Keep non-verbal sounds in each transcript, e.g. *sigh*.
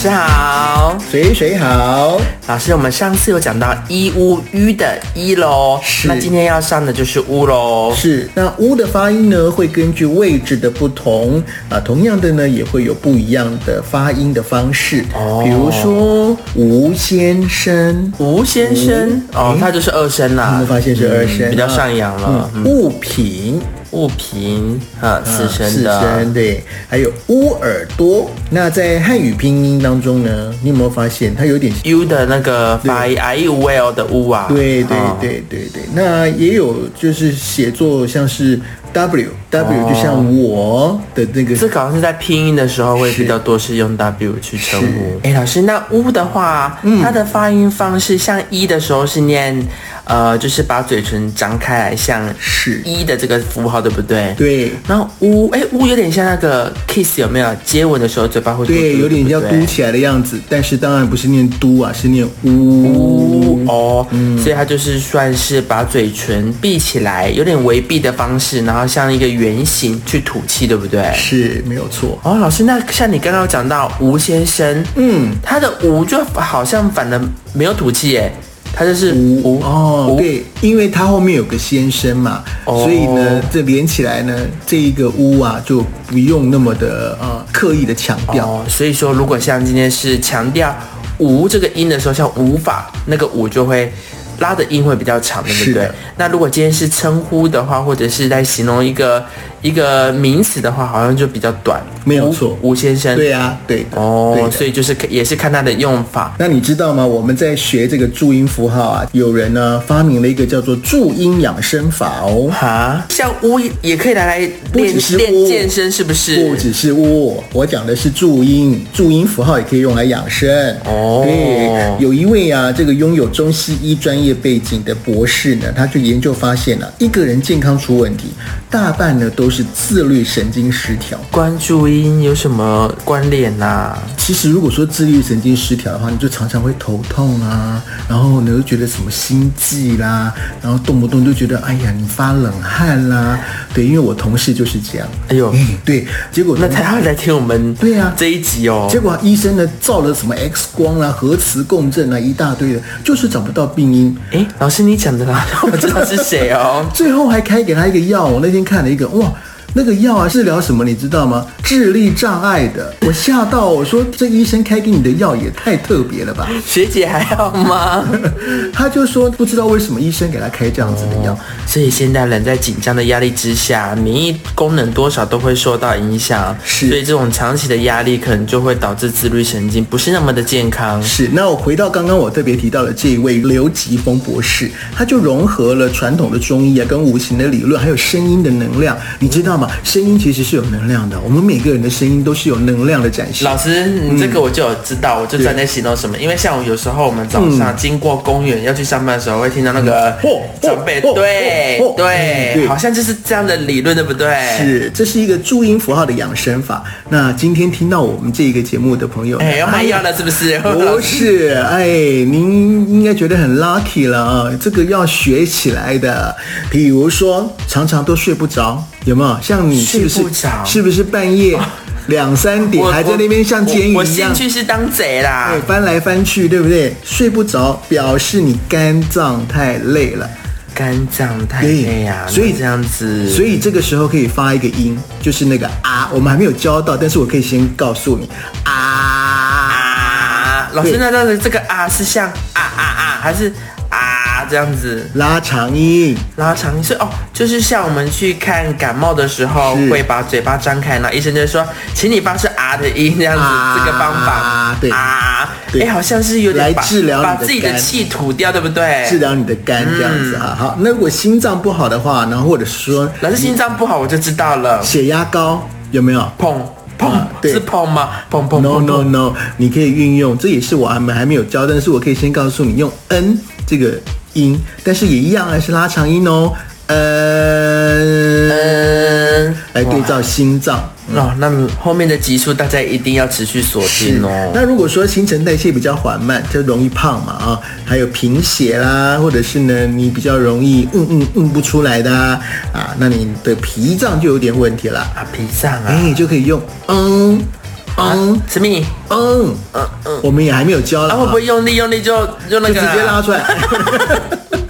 师好，水水好，老师，我们上次有讲到一屋吁的一喽，是嗯那今天要上的就是乌喽。是那乌的发音呢，会根据位置的不同啊，同样的呢，也会有不一样的发音的方式。哦比如说吴先生，吴先生哦，他就是二声嗯我啦嗯们，发现是二声，比较啊上扬了。嗯物品物品啊，啊四声四的声对，还有乌耳朵。那在汉语拼音当中呢，你有没有发现它有点 u 的那个发音 i u l 的 u 啊，对对哦对对对，那也有就是写作像是 W W 就像哦我的那个这个好像是在拼音的时候会是比较多是用 W 去称呼是。嗯哎，老师，那 U 的话，它的发音方式像一的时候是念，呃，就是把嘴唇张开来，像是一的这个符号，对不对？。对然后 U，哎，U 有点像那个 kiss 有没有？接吻的时候嘴巴会嘟嘟对，有点对要不对嘟起来的样子，但是当然不是念嘟啊，是念呜。呜哦，嗯所以它就是算是把嘴唇闭起来，有点微闭的方式，然后像一个圆形去吐气，对不对？是没有错，哦，老师，那像你刚刚讲到吴先生，嗯，他的吴就好像反正没有吐气耶，他就是吴哦，吴对，因为它后面有个先生嘛，哦所以呢，这连起来呢，这一个呜啊就不用那么的呃刻意的强调，哦，所以说如果像今天是强调吴这个音的时候，像无法那个吴就会。拉的音会比较长，对不是对的？那如果今天是称呼的话，或者是在形容一个一个名词的话，好像就比较短。没有错吴吴先生。对啊，对的，对哦，的所以就是也是看它的用法。那你知道吗？我们在学这个注音符号啊，有人呢发明了一个叫做注音养生法哦，哈，像乌也可以拿来不练只是练乌健身，是不是？不只是我，我讲的是注音，注音符号也可以用来养生。哦对，有一位啊，这个拥有中西医专业背景的博士呢，他就研究发现了、一个人健康出问题，大半呢都是自律神经失调。关注音有什么关联啊呐、其实如果说自律神经失调的话，你就常常会头痛啊，然后呢又觉得什么心悸啦，然后动不动就觉得哎呀你发冷汗啦，对，因为我同事就是这样，哎呦，哎，对，结果那他要来听我们对啊这一集哦结。果医生呢照了什么 X 光啦、核磁共振啊啦一大堆的，就是找不到病因，哎，老师你讲的啦， *laughs* 我知道是谁 *laughs* 哦。最后还开给他一个药，我那天看了一个，哇，那个药啊治疗什么你知道吗？智力障碍的，我吓到，我说这医生开给你的药也太特别了吧。 *laughs* 学姐还好吗？他就说不知道为什么医生给他开这样子的药。所以现代人在紧张的压力之下，免疫功能多少都会受到影响，是所以这种长期的压力可能就会导致自律神经不是那么的健康。是，那我回到刚刚我特别提到的这一位刘吉峰博士，他就融合了传统的中医啊，跟无形的理论，还有声音的能量，你知道吗？声音其实是有能量的，我们每个人的声音都是有能量的展现。老师，你这个我就有知道，我就知嗯道你在形容什么。因为像我有时候我们早上经过公园要去上班的时候，会听到那个嗯嚯长辈，嚯对嚯嚯嗯对，对好像就是这样的理论，对不对？。是，这是一个注音符号的养生法。那今天听到我们这一个节目的朋友呢，哎，要卖药了是不 *laughs* 是？不是，哎，您应该觉得很 lucky 了啊，这个要学起来的。比如说，常常都睡不着，有没有？像你是不是睡不着是不是半夜 *laughs* 两三点我还在那边像监狱我我一样兴？趣是当贼啦哎，，翻来翻去，对不对？睡不着，表示你肝脏太累了，肝脏太累啊，所以那这样子，所以这个时候可以发一个音，就是那个啊，我们还没有教到，但是我可以先告诉你啊，啊，老师，对那那这个啊是像啊啊啊，还是啊这样子？拉长音，拉长音是哦，就是像我们去看感冒的时候，是会把嘴巴张开，然后医生就说，请你发出啊的音，这样子，啊这个方法，对啊，对哎，好像是有点把来治疗你的把自己的肝气吐掉，对不对？治。疗你的肝这样子嗯啊。好，那如果心脏不好的话，然后或者说老师心脏不好，我就知道了，血压高，有没有砰砰啊，对是砰吗？砰砰？No 砰 No 砰。 No，你可以运用，这也是我还没还没有教，但是我可以先告诉你用 N 这个音，但是也一样啊，是拉长音哦。嗯，嗯，来对哇。照心脏。哦，那后面的集数大家一定要持续锁定哦。那如果说新陈代谢比较缓慢，就容易胖嘛啊，还有贫血啦，或者是呢你比较容易嗯嗯嗯不出来的啊，啊，那你的脾脏就有点问题了。啊，脾脏啊，啊哎，就可以用嗯嗯什么？嗯嗯嗯，我们也还没有教了啊，啊，会不会用力用力就就那就个啊啦直接拉出来？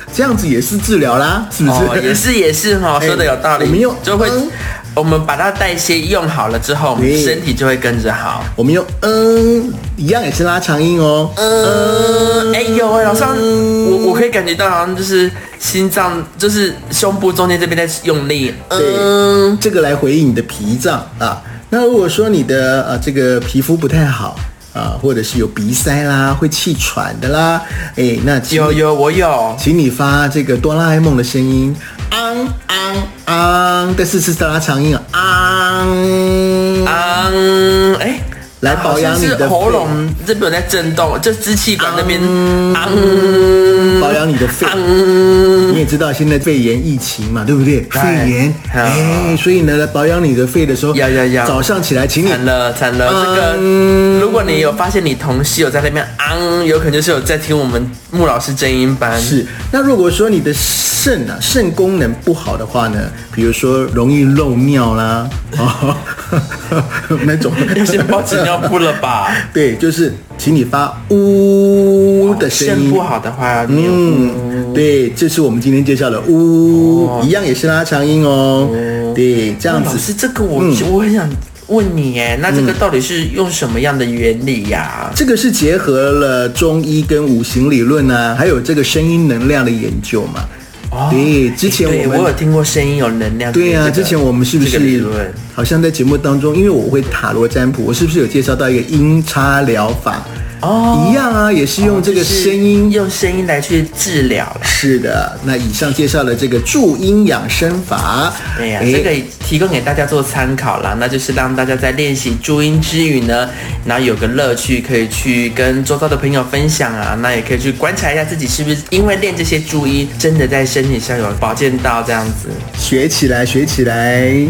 *laughs* 这样子也是治疗啦，是不是？ *laughs* 哦，也是也是哈、说的有道理，哎我们用就会嗯，我们把它代谢用好了之后，我们对身体就会跟着好。我们用嗯，一样也是拉长音哦。嗯，哎、有哎、老师，我我可以感觉到好像就是心脏，就是胸部中间这边在用力。嗯，这个来回应你的脾脏啊。那如果说你的呃这个皮肤不太好啊，或者是有鼻塞啦、会气喘的啦，哎，那请有你有我有，请你发这个哆啦 A 梦的声音，昂昂昂，但是是拉长音啊，昂。嗯，哎。来好保像养你是的肺喉咙这边有在震动，就支气管那边，嗯，保养你的肺。你也知道现在肺炎疫情嘛，对不对？对肺炎，嗯哎，所以呢，来保养你的肺的时候，要要要早上起来，请你惨了惨了，嗯这个如果你有发现你同事有在那边昂，有可能就是有在听我们穆老师正音班，是，那如果说你的肾啊肾功能不好的话呢，比如说容易漏尿啦，哦， *laughs* 那种，要先包纸尿布了吧？ *laughs* 对，就是请你发呜的声肾音不。好的话，嗯，嗯，对，这是我们今天介绍的呜，哦一样也是拉长音哦。对，这样老子嗯师这个我我很想问你耶，那这个到底是用什么样的原理呀？这个是结合了中医跟五行理论啊，还有这个声音能量的研究嘛。哦对，之前对我们我有听过声音有能量，对呀、啊这个之前我们是不这个理是论？好像在节目当中，因为我会塔罗占卜，我是不是有介绍到一个音叉疗法？哦一样啊，也是用这个声音。用声音来去治疗啦。是的，那以上介绍了这个助阴养生法。对哎呀、诶这个也提供给大家做参考啦，那就是让大家在练习注音之余呢，然后有个乐趣，可以去跟周遭的朋友分享啊，那也可以去观察一下自己是不是因为练这些注音，真的在身体上有保健到这样子。学起来，学起来。